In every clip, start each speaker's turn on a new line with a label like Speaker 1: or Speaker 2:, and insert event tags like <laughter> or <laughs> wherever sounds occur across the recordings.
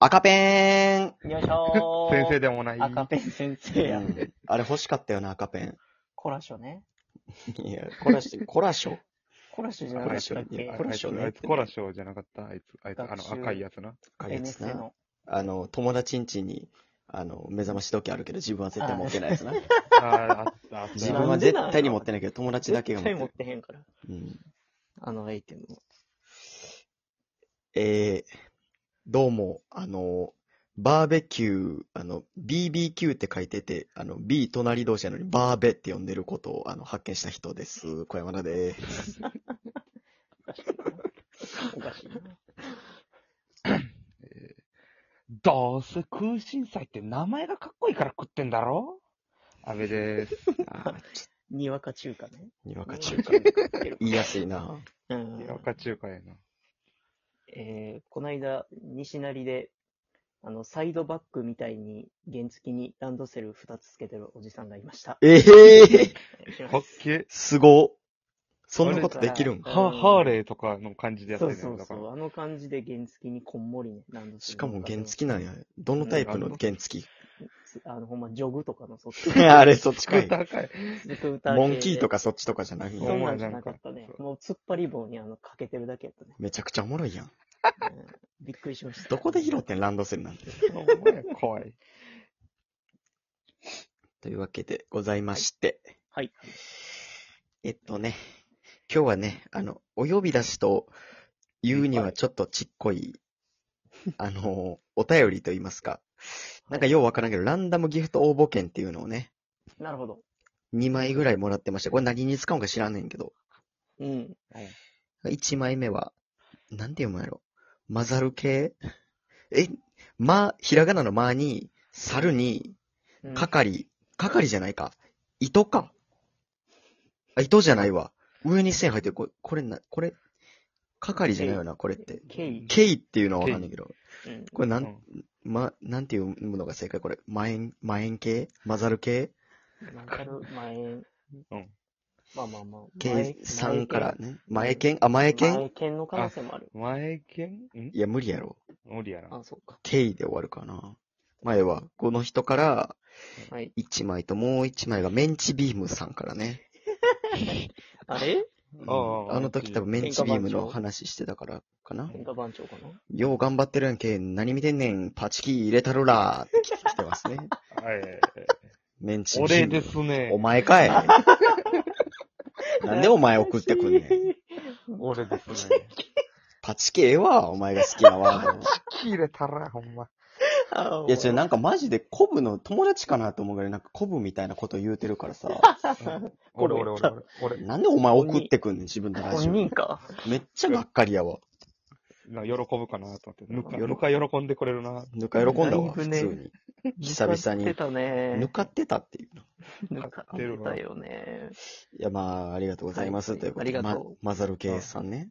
Speaker 1: 赤ペン
Speaker 2: よいしょー。
Speaker 3: 先生でもない。
Speaker 2: 赤ペン先生や。
Speaker 1: うんあれ欲しかったよな、赤ペン。
Speaker 2: コラショね。
Speaker 1: いや、コ <laughs> ラシ、コラショ。
Speaker 2: コラショじゃなかったっ
Speaker 1: いや
Speaker 2: け
Speaker 1: コラ
Speaker 3: あい
Speaker 1: シ
Speaker 3: つ
Speaker 1: ョね
Speaker 3: あいつコラショじゃなかったあいつ、あいつ、あ
Speaker 2: 学習
Speaker 3: の赤いやつな。
Speaker 1: 赤いやつ
Speaker 2: ?NSC
Speaker 1: な。
Speaker 2: の。
Speaker 1: あの、友達んちに、あの、目覚まし時計あるけど自分は絶対持ってないやつ <laughs> な。
Speaker 3: あーあった、あっ
Speaker 1: 自
Speaker 3: た。
Speaker 1: 分は絶対に持ってないけど、友達だけが
Speaker 2: 絶
Speaker 1: 持っ
Speaker 2: 対
Speaker 1: てる。
Speaker 2: 持ってへんから。
Speaker 1: うん、
Speaker 2: あのアイテムを。
Speaker 1: えー、どうも、あの、バーベキュー、あの、BBQ って書いてて、あの、B 隣同士なのにバーベって呼んでることを、あの、発見した人です。小山田です。
Speaker 2: おかしいな。
Speaker 4: どうせ空心菜って名前がかっこいいから食ってんだろ
Speaker 3: 安倍です。
Speaker 1: あーちょ
Speaker 2: にわか中華ね。
Speaker 1: にわか中 <laughs> 華。
Speaker 2: にわか中華
Speaker 1: 言いやすいな。
Speaker 2: うん。
Speaker 3: 赤中華やな。
Speaker 2: えー、この間、西成で、あの、サイドバックみたいに、原付きにランドセル2つつけてるおじさんがいました。
Speaker 1: ええー、
Speaker 3: かっけ
Speaker 1: すご。そんなことできるん
Speaker 2: う
Speaker 3: え。
Speaker 2: ん
Speaker 3: ハハーレーとかの感じでやって
Speaker 2: そう
Speaker 3: る
Speaker 2: そ
Speaker 3: よ
Speaker 2: う
Speaker 3: だか
Speaker 2: そ
Speaker 3: ら。
Speaker 2: う。あの感じで原付きにこんもりね、ランドセル。
Speaker 1: しかも原付なんや。どのタイプの原付。
Speaker 2: あの、ほんま、ジョグとかのそっち
Speaker 1: <laughs> あれ、そっちか
Speaker 3: 作っ
Speaker 1: い。
Speaker 3: た赤い。
Speaker 2: ずっと歌
Speaker 1: モンキーと
Speaker 2: か。
Speaker 1: かそっちとかじゃないん
Speaker 2: そ
Speaker 1: や
Speaker 2: ん
Speaker 3: う
Speaker 2: なんじゃなかった
Speaker 3: なん
Speaker 2: ね
Speaker 3: か。そう
Speaker 2: もう突っ張り棒にあの、かけてるだけやったね。
Speaker 1: めちゃくちゃおもろいやん。 <laughs>
Speaker 2: うんびっくりしました。
Speaker 1: どこで拾ってんランドセルなんて。
Speaker 3: お前怖い。
Speaker 1: というわけでございまして。
Speaker 2: はい。
Speaker 1: えっとね、今日はね、あの、お呼び出しと言うにはちょっとちっこ
Speaker 3: <laughs>
Speaker 1: い、あの、お便りと言いますか。なんかようわからんけど、ランダムギフト応募券っていうのをね、
Speaker 2: なるほど。
Speaker 1: 2枚ぐらいもらってました。これ何に使うんか知らんねんけど。
Speaker 2: うん。
Speaker 1: 1枚目は、なんて読むんやろ。混ざる系え、ま、ひらがなのまに、猿に、
Speaker 2: うん
Speaker 1: かかり、かかりじゃないか。糸か。あ、糸じゃないわ。上に線入ってる。これ、これな、これ、かかりじゃないよな、これって。
Speaker 2: ケイ。
Speaker 1: けいっていうのはわかんないけど。
Speaker 2: うん
Speaker 1: これな、
Speaker 3: うんん
Speaker 1: ま、なんていうのが正解これ。まえん、まえん系混ざる系
Speaker 2: なんかる前。
Speaker 3: うん。
Speaker 2: まあまあまあ。
Speaker 1: 計3からね。前
Speaker 2: 前
Speaker 1: 剣あ、前
Speaker 2: 前
Speaker 1: 剣
Speaker 2: 剣の可能性もある。
Speaker 3: 前剣
Speaker 1: い
Speaker 3: ん
Speaker 1: や、無理やろ。
Speaker 3: 無理やな。
Speaker 2: あ、そうか。
Speaker 1: 経緯で終わるかな。前は、この人から、
Speaker 2: はい。
Speaker 1: 1枚ともう1枚がメンチビームさんからね。
Speaker 2: あれ
Speaker 1: うん
Speaker 3: ああ
Speaker 1: あの時多分メンチビームの話してたからかな。
Speaker 2: 喧嘩番長かな
Speaker 1: よう頑張ってるやんけん、何見てんねん、パチキー入れたろらーって来て
Speaker 3: <laughs>
Speaker 1: ますね。
Speaker 3: はい。
Speaker 1: メンチビーム。
Speaker 3: 俺ですね
Speaker 1: お。前かい。なんでお前送ってくんねん。
Speaker 3: 俺です <laughs> ね。
Speaker 1: パチキーええわ、お前が好きなワ
Speaker 3: <laughs>
Speaker 1: ー
Speaker 3: 切れたら、ほんま。
Speaker 2: あ
Speaker 1: ド。いや、ちょ、なんかマジでコブの友達かなと思うぐらい、なんかコブみたいなこと言うてるからさ。
Speaker 3: 俺、俺、俺、俺、俺。
Speaker 1: なんでお前送ってくんねん、自分のラジ
Speaker 2: 本人か。
Speaker 1: オ。めっちゃがっかりやわ。
Speaker 3: な喜ぶかなと思って。ぬか、
Speaker 1: 喜ぶ
Speaker 3: ぬか喜んでくれるな。
Speaker 1: ぬか喜んだ
Speaker 2: だい
Speaker 1: わ、
Speaker 2: ぶ
Speaker 1: 普
Speaker 2: ね
Speaker 1: 通に。久々に
Speaker 2: 抜かってたね。
Speaker 1: ぬかってたっていうの。
Speaker 2: 抜かってたよね。
Speaker 1: いや、まあ、ありがとうございます。
Speaker 2: はい
Speaker 1: ということ
Speaker 2: あ
Speaker 1: で、
Speaker 2: りが
Speaker 1: ま
Speaker 2: とう、
Speaker 1: マザルケさんね、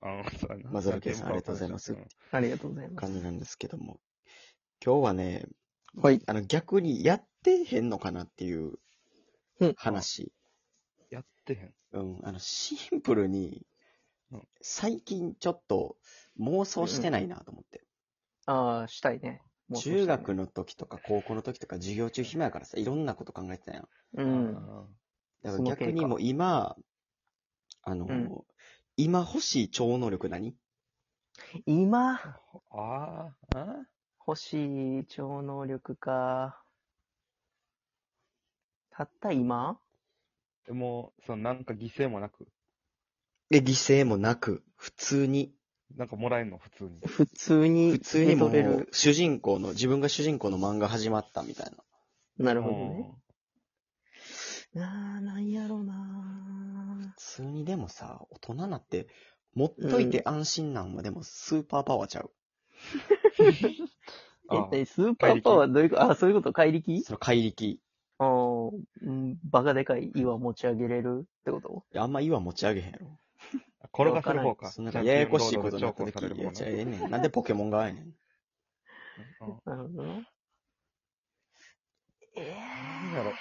Speaker 3: あの、そうやな
Speaker 1: マザルケさんありがとうございます
Speaker 3: ん
Speaker 2: ありがとうございます
Speaker 1: 感。じなんですけども。今日はね、
Speaker 2: はい。
Speaker 1: あの、逆にやってへんのかなっていう
Speaker 2: うん
Speaker 1: 話。
Speaker 3: やってへん。
Speaker 1: うん、あの、シンプルに
Speaker 3: うん、
Speaker 1: 最近ちょっと妄想してないなと思って。
Speaker 2: ああ、したいね。もうそう
Speaker 1: 中
Speaker 2: したいね
Speaker 1: 学の時とか高校の時とか授業中暇やからさ、いろんなこと考えてたやん。
Speaker 2: うん。
Speaker 1: だか
Speaker 2: そ
Speaker 1: ら
Speaker 2: の経過
Speaker 1: 逆にもう今、あの、
Speaker 2: うん
Speaker 1: 今欲しい超能力何
Speaker 2: 今、
Speaker 3: あーあー
Speaker 2: 欲しい超能力か。たった今
Speaker 3: でもう、そのなんか犠牲もなく、
Speaker 1: で、犠牲もなく、普通に、
Speaker 3: なんかもらえるの、普通に。
Speaker 2: 普通に
Speaker 1: 普通にも
Speaker 2: 受け取れ
Speaker 1: う
Speaker 2: る。
Speaker 1: 主人公の、自分が主人公の漫画始まったみたいな。
Speaker 2: な
Speaker 3: な
Speaker 2: るほどね。あー、なんやろうな
Speaker 1: 普通にでもさ、大人になって、持っといて安心なんはでもスーパーパワーちゃう。
Speaker 2: え
Speaker 3: あー
Speaker 2: え、スーパーパワーどういうことあ、そういうこと怪力
Speaker 1: その怪力。
Speaker 2: あー、うんバカでかい岩持ち上げれるってこと
Speaker 1: あんま岩持ち上げへんやろ。
Speaker 3: 転がせる方か。
Speaker 1: そんなんかややこしいことになった時、いや、じゃあええねん。なんでポケモンがええねん。
Speaker 3: うん
Speaker 2: なるほどな。え
Speaker 3: なんやろ。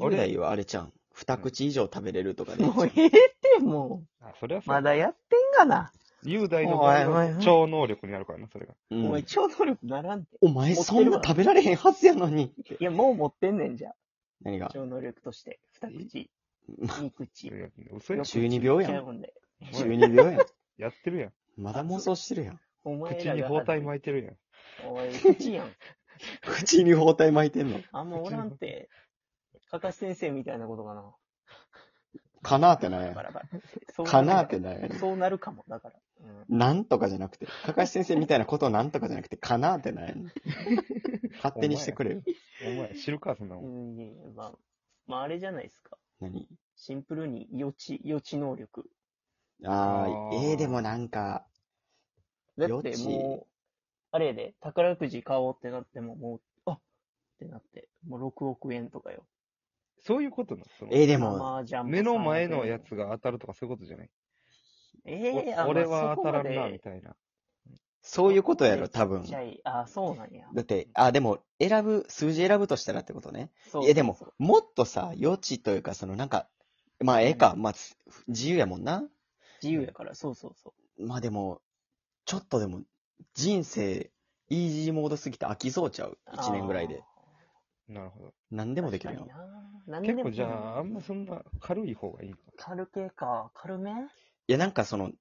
Speaker 1: 俺らはあれちゃん。二口以上食べれるとか
Speaker 2: ー、
Speaker 1: で。
Speaker 2: もうええってもう。
Speaker 3: あ、それはそう
Speaker 2: まだやってんがな。
Speaker 3: 雄大の
Speaker 1: おいおいおい
Speaker 3: 超能力になるからな、それが。
Speaker 1: う
Speaker 2: お前、
Speaker 1: ん、
Speaker 2: 超能力ならんで。
Speaker 1: お前、そんな食べられへんはずやのに。
Speaker 2: いや、もう持ってんねんじゃん。
Speaker 1: 何が
Speaker 2: 超能力として。二口、二口。
Speaker 3: <laughs> いや嘘やん。
Speaker 1: 中二病やん
Speaker 2: ちっちゃいもんで。
Speaker 1: ?12 秒やん。
Speaker 3: やってるやん。
Speaker 1: まだ妄想して
Speaker 2: <laughs>
Speaker 1: るやん。
Speaker 2: お前
Speaker 3: 口
Speaker 2: ら
Speaker 3: に
Speaker 2: が
Speaker 3: 包帯巻いてるやん。
Speaker 2: お前、口
Speaker 3: <laughs>
Speaker 2: やん。
Speaker 1: 口に包帯巻いてんの。
Speaker 2: あんまおらんて。かかし先生みたいなことかな。
Speaker 1: かなーってなん
Speaker 2: バ
Speaker 1: や。
Speaker 2: ラバ
Speaker 3: <laughs>
Speaker 2: ラ。そう
Speaker 1: かなー
Speaker 2: る
Speaker 1: ってなんや。
Speaker 2: そうなるかも、だから。うん
Speaker 1: なんとかじゃなくて、かかし先生みたいなことをなんとかじゃなくて、かなーって
Speaker 2: <laughs>
Speaker 1: なんや。勝手にしてくれよ。
Speaker 3: お前、知るか、そんなもん。
Speaker 2: うんいやいやまあ、まあ、あれじゃないですか。
Speaker 1: 何
Speaker 2: シンプルに予知、予知能力。
Speaker 1: あ
Speaker 3: あ
Speaker 1: ー、
Speaker 3: ー
Speaker 1: ええでもなんか、
Speaker 2: だっ
Speaker 1: 予
Speaker 2: て
Speaker 1: 知
Speaker 2: もう、あれやで、宝くじ買おうってなっても、もう、あってなって、もう6億円とかよ。
Speaker 3: そういうことなのその
Speaker 1: ええでも、
Speaker 2: 麻雀も
Speaker 3: 目の前のや
Speaker 2: 300
Speaker 3: つが当たるとかそういうことじゃない。
Speaker 2: 円。ええ
Speaker 3: お俺は当たらんな、みたいな。
Speaker 1: そういうことやろ、多
Speaker 2: ち
Speaker 1: 分
Speaker 2: っ。ちゃい、あ、そうなんや。
Speaker 1: だって、あ、でも、選ぶ、数字選ぶとしたらってことね。
Speaker 2: そう
Speaker 1: いや、でも
Speaker 2: そう、
Speaker 1: もっとさ、余地というか、そのなんか、まあ、ええか、まあ、つ自由やもんな。
Speaker 2: 自由やから、そうそうそ
Speaker 1: まあでも、ちょっとでも、人生、イージーモードすぎて飽きそうちゃう。
Speaker 2: う。
Speaker 1: 一年ぐらいで。
Speaker 3: なるほど。
Speaker 1: 何で
Speaker 2: で
Speaker 1: もできるよ。
Speaker 2: 何で
Speaker 3: 結
Speaker 2: も
Speaker 3: 構じゃあ、あんまそんな軽い方がいいのか。
Speaker 2: 軽系か、軽め
Speaker 1: いや、なんかその、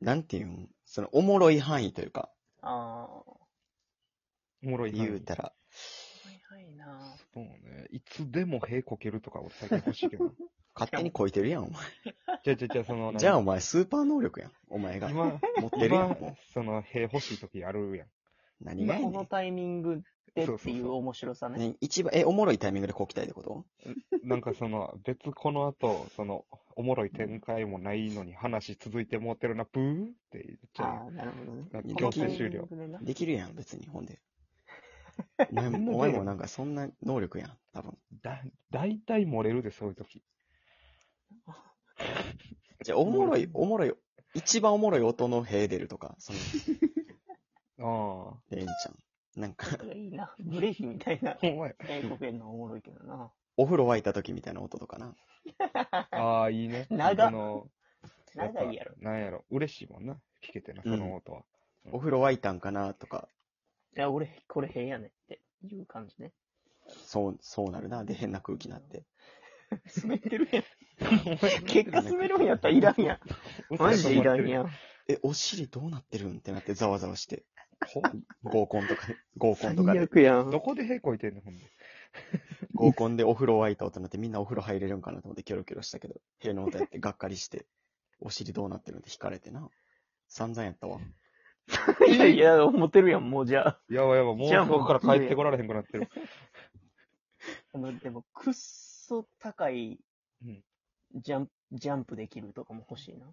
Speaker 1: なんていうん、その、おもろい範囲というか、
Speaker 2: ああ、
Speaker 3: おもろいな。
Speaker 1: 言うたら、
Speaker 2: 早いな。
Speaker 3: そうね。いつでも屁こけるとか俺最近欲しいけど。
Speaker 1: 勝手にこいてるやん、お前。
Speaker 3: じゃあじゃあじゃあその、
Speaker 1: じゃあお
Speaker 3: 何
Speaker 1: 前、スーパー能力やん、お前が。持
Speaker 3: 今、
Speaker 1: ってるやん、
Speaker 3: 今
Speaker 1: も、
Speaker 3: その屁欲しい時あるやん。
Speaker 1: う。何が
Speaker 2: 今
Speaker 1: やね
Speaker 2: こ
Speaker 1: ん
Speaker 2: のタイミングで
Speaker 3: そ
Speaker 2: っ
Speaker 3: う
Speaker 2: て
Speaker 3: そう
Speaker 2: い
Speaker 3: そう
Speaker 2: う面白さね。
Speaker 1: ね。一番、え、おもろいタイミングでこう来たいってこと
Speaker 3: なんかその、別この後、その、おもろい展開もないのに話続いてもうてるな、ブーって言っちゃ
Speaker 2: ああ、なるほどね。
Speaker 3: うやん。
Speaker 1: ー
Speaker 3: 強
Speaker 1: 強制
Speaker 3: 制終了。
Speaker 2: このタイミングでな
Speaker 1: できるやん、別に、ほんで。お前も、お前もなんかそんな能力やん、多分。
Speaker 3: だ、大体漏れるで、そういう時。
Speaker 1: じゃあ、おもろい、おもろい、一番おもろい音のヘーデルとか、その、
Speaker 3: ああ。
Speaker 1: レンちゃん。なんか、
Speaker 2: いいな。ブレーキみたいな。
Speaker 3: お前。
Speaker 2: 英国円のおもろいけどな。
Speaker 1: お風呂沸いた時みたいな音とかな。
Speaker 3: ああ、いいね。
Speaker 2: 長っ
Speaker 3: そのっぱ
Speaker 2: 長いやろ。
Speaker 3: なんやろ。嬉しいもんな。聞けてな、その音は。
Speaker 1: お風呂沸いたんかなとか、
Speaker 2: いや、俺、これ変やねっていう感じね。
Speaker 1: そう、そうなるな。で、変な空気になって。
Speaker 2: 滑ってるやん。
Speaker 3: お前
Speaker 2: <laughs> 結果
Speaker 3: <laughs>
Speaker 2: 滑るんやったらいらんやん。マジでいらんやん。
Speaker 1: え、お尻どうなってるんってなってざわざわ
Speaker 2: <laughs>
Speaker 1: して。合コンとかで、合コンとかで。
Speaker 2: や
Speaker 3: ど。こで屁こいてんねん、ほんで。
Speaker 1: <laughs> 合コンでお風呂沸いた音になってみんなお風呂入れるんかなと思ってキョロキョロしたけど、平の音やってがっかりして、お尻どうなってるんって惹かれてな。散々やったわ。
Speaker 2: いやいや、思ってるやん、もうじゃあ。
Speaker 3: やばいやばい、もう
Speaker 2: じゃあ
Speaker 3: そ
Speaker 2: もう
Speaker 3: こから帰ってこられへんくなってる。
Speaker 2: あの、でも、くっそ高い
Speaker 3: うん、
Speaker 2: ジャンプ、ジャンプできるとかも欲しいな。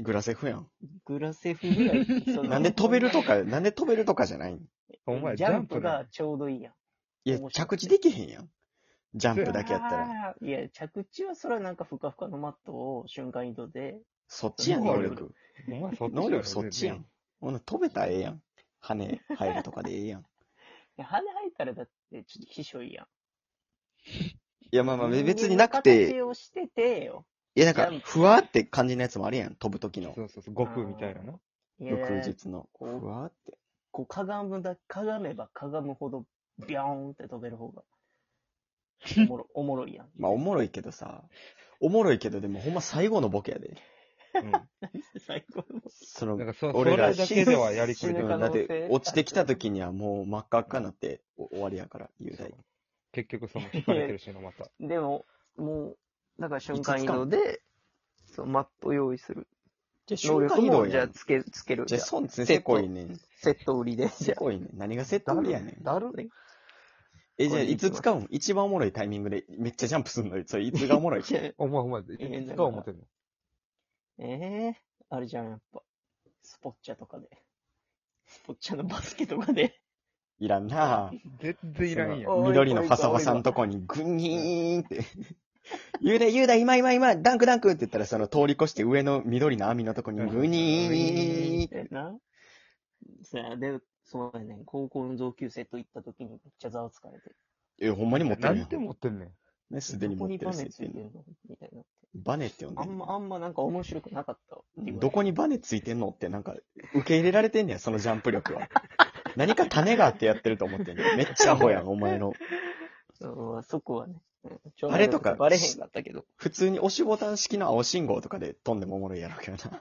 Speaker 1: グラセフやん。
Speaker 2: グラセフぐらい。その
Speaker 1: なんで飛べるとか、なんで飛べるとかじゃないん
Speaker 3: お前、
Speaker 2: ジ
Speaker 3: ジ
Speaker 2: ャ
Speaker 3: ャ
Speaker 2: ン
Speaker 3: ン
Speaker 2: プ
Speaker 3: プ
Speaker 2: が
Speaker 3: が。
Speaker 2: ちょうどいいやん。
Speaker 1: いや
Speaker 2: 面白、い
Speaker 1: 着地できへんやん。ジャンプだけやったら。
Speaker 2: ら。いや、着地はそれはなんかふかふかのマットを瞬間移動で、
Speaker 1: そっちやん、能
Speaker 3: 能
Speaker 1: 力
Speaker 3: 力。お前、 <laughs> そっち
Speaker 1: 能力そっちやん。。ほな、飛べたらええやん。羽生えるとかでええやん。
Speaker 2: いや羽生えたらだってちょっとひしょいやん。
Speaker 1: いや、まあまあ、
Speaker 2: 人間
Speaker 1: 別になく
Speaker 2: の形
Speaker 1: て、
Speaker 2: をしててよ。
Speaker 1: いや、なんか
Speaker 2: ジャン、プ
Speaker 1: ふわって感じのやつもあるやん。飛ぶ時の
Speaker 3: そうそうそう、悟空みたいなな。
Speaker 2: いや
Speaker 1: 翌日の。
Speaker 2: いや
Speaker 1: ふわって。
Speaker 2: こうかがむだ、かがめばかがむほど、ビョーンって飛べる方が、おもろ、おもろいやん。
Speaker 1: まあ、おもろいけどさ。おもろいけど、でもほんま最後のボケやで。
Speaker 3: う
Speaker 2: 最高の
Speaker 1: そ
Speaker 3: ん。なん
Speaker 1: の、
Speaker 3: か、 <laughs> そ、そ
Speaker 1: 俺
Speaker 3: れ
Speaker 1: ら
Speaker 3: だけではやりく
Speaker 2: 死
Speaker 3: り
Speaker 2: ぬ
Speaker 3: で
Speaker 2: 死
Speaker 3: き
Speaker 2: ぬ
Speaker 3: な
Speaker 2: 可能
Speaker 3: い
Speaker 1: だ
Speaker 2: 性
Speaker 1: って、落ちてきた時にはもう真っ赤っかになってお終わりやから、雄大。
Speaker 3: 結局、その、引かれてるしな、また。
Speaker 2: でも、もう、だから瞬間移動で、そう、マット用意する。
Speaker 1: じゃあ、
Speaker 2: 能力も、じゃ
Speaker 1: や
Speaker 2: あ、
Speaker 1: ん。
Speaker 2: つけ、つける。
Speaker 1: じゃあ、
Speaker 2: じゃあ
Speaker 1: そうですね。せこいねん。
Speaker 2: セット売りで。じ
Speaker 1: せ
Speaker 2: ゃあ
Speaker 1: こいねん。何がセット売りやねん。
Speaker 2: <laughs> だるね。
Speaker 1: え、じゃあ、いつ使うん一番おもろいタイミングでめっちゃジャンプすんのよ。それいつがおもろい
Speaker 2: いや
Speaker 3: <laughs> お前、お前、
Speaker 2: え
Speaker 3: いつか思ってんの。
Speaker 2: ええあれじゃん、やっぱ。スポッチャとかで。スポッチャのバスケとかで。
Speaker 1: いらんなぁ。
Speaker 3: 全然いらんやん。
Speaker 2: おい
Speaker 1: 緑のファサファサのとこにグニーンって。雄大、雄大、今今今、ダンクダンクって言ったら、その通り越して上の緑の網のとこにグニーンって。
Speaker 2: えな。さあ、で、そうやねん。高校の同級生と行った時にめっちゃざわつかれて。
Speaker 1: え、ほんまに持って
Speaker 3: な
Speaker 1: る
Speaker 3: ん
Speaker 1: や
Speaker 3: て
Speaker 1: ん。
Speaker 3: 持ってんねん。 <laughs>
Speaker 1: ね、すでに持って
Speaker 2: ど
Speaker 1: る
Speaker 2: こにバネ
Speaker 1: 設
Speaker 2: つい
Speaker 1: 定
Speaker 2: て
Speaker 1: の。
Speaker 2: んのみたいな。
Speaker 1: バネって呼んで
Speaker 2: あ
Speaker 1: る
Speaker 2: んま、あんまなんか面白くなかったわ。
Speaker 1: どこにバネついてんのってなんか、受け入れられてんねん、そのジャンプ力は。何か種があってやってると思ってんねん。めっちゃアホやん、お前の。
Speaker 2: うんそこはね。うん
Speaker 1: あれとか
Speaker 2: バレへんかったけど。
Speaker 1: 普通に押しボタン式の青信号とかで飛んでもおもろいやろうけどな。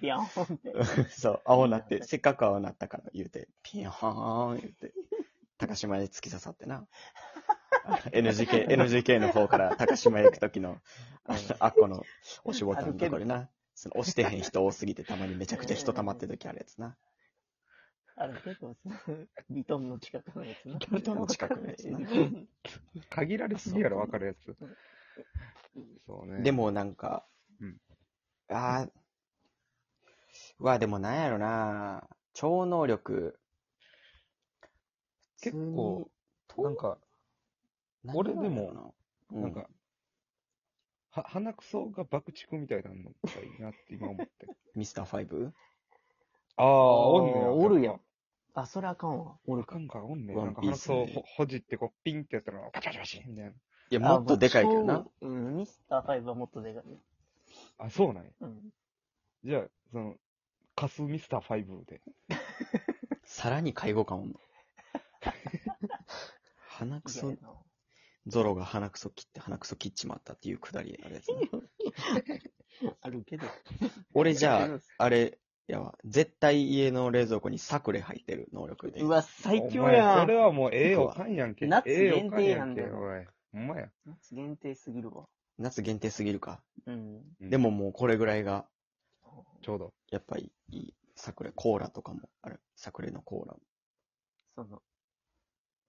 Speaker 2: ビャーンって。
Speaker 1: <laughs> そう、青なって、せっかく青なったから言うて、ピンホーン言うて、高島へ突き刺さって <laughs> な。NGK、NGK の方から高島へ行く時の、あのあっこの押しボタンのところな。その押してへん人多すぎてたまにめちゃくちゃ人溜まってる時あるやつな。 <laughs>
Speaker 2: あれ結構その、リトンの近くのやつな。
Speaker 1: リトンの近くのやつな
Speaker 3: 限られすぎやろ、わかるやつ。そうね。
Speaker 1: で、もなんか、
Speaker 3: うん
Speaker 1: ああ、うわ、でもなんやろな、超能力。結構、
Speaker 3: なんか、
Speaker 1: 何
Speaker 3: 俺
Speaker 1: なんやろな、
Speaker 3: なんか、は、鼻くそが爆竹みたいなのがいいなって今思って。
Speaker 1: ミスターファイブ
Speaker 3: ああ、
Speaker 2: お
Speaker 3: お
Speaker 2: ん
Speaker 3: ん
Speaker 2: ね
Speaker 3: ね
Speaker 2: や
Speaker 3: や。
Speaker 2: おるやん。あ、それあかんわ。
Speaker 3: おるかんか、おんねや。
Speaker 1: ワ
Speaker 3: な
Speaker 1: ン
Speaker 3: んか
Speaker 1: ピー
Speaker 3: 鼻
Speaker 1: ス
Speaker 3: そ
Speaker 1: ね
Speaker 3: うほほじってこう、ピンってやったら、パチパチパチみたいな。
Speaker 1: いや、
Speaker 2: あ
Speaker 1: もっとでかいけどな。。
Speaker 2: 超うん、ミスターファイブはもっとでかいね。
Speaker 3: あ、そうなんや。
Speaker 2: うん。
Speaker 3: じゃあ、その、カスミスター5で。
Speaker 1: さらに介護官おんの。 <laughs> 鼻く
Speaker 2: 嫌
Speaker 1: そ
Speaker 2: や、な
Speaker 1: ゾロが鼻くそ切って鼻くそ切っちまったっていうくだりであるやつ
Speaker 2: <laughs>
Speaker 1: な。
Speaker 2: あるけど。
Speaker 1: 俺じゃあ、あれ、やわ、絶対家の冷蔵庫にサクレ入ってる能力で。
Speaker 2: うわ、最強
Speaker 3: お前
Speaker 2: や
Speaker 3: それ
Speaker 2: ん。
Speaker 3: はもうええおかんやんけ。
Speaker 2: 夏
Speaker 3: ええ
Speaker 2: 限
Speaker 3: おかん
Speaker 2: 定
Speaker 3: や
Speaker 2: なん
Speaker 3: ん
Speaker 2: だ
Speaker 3: け、
Speaker 2: よ
Speaker 3: おい。ほんまや。
Speaker 2: 夏限定すぎるわ。
Speaker 1: 夏限定すぎるか。
Speaker 2: うん。
Speaker 3: うん
Speaker 1: でも、もうこれぐらいが、
Speaker 3: ちょうど。
Speaker 1: やっぱりいい。桜、コーラとかもある。桜のコーラ。
Speaker 2: その、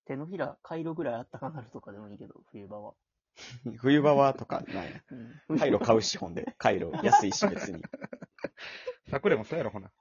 Speaker 2: 手のひら、回路ぐらいあったかなるとかでもいいけど、冬場は。
Speaker 1: 冬場はとかない。
Speaker 2: <laughs> うん。
Speaker 1: カイロ買う資本で。カイロ安いし別に。
Speaker 3: 桜もそうやろ、ほな。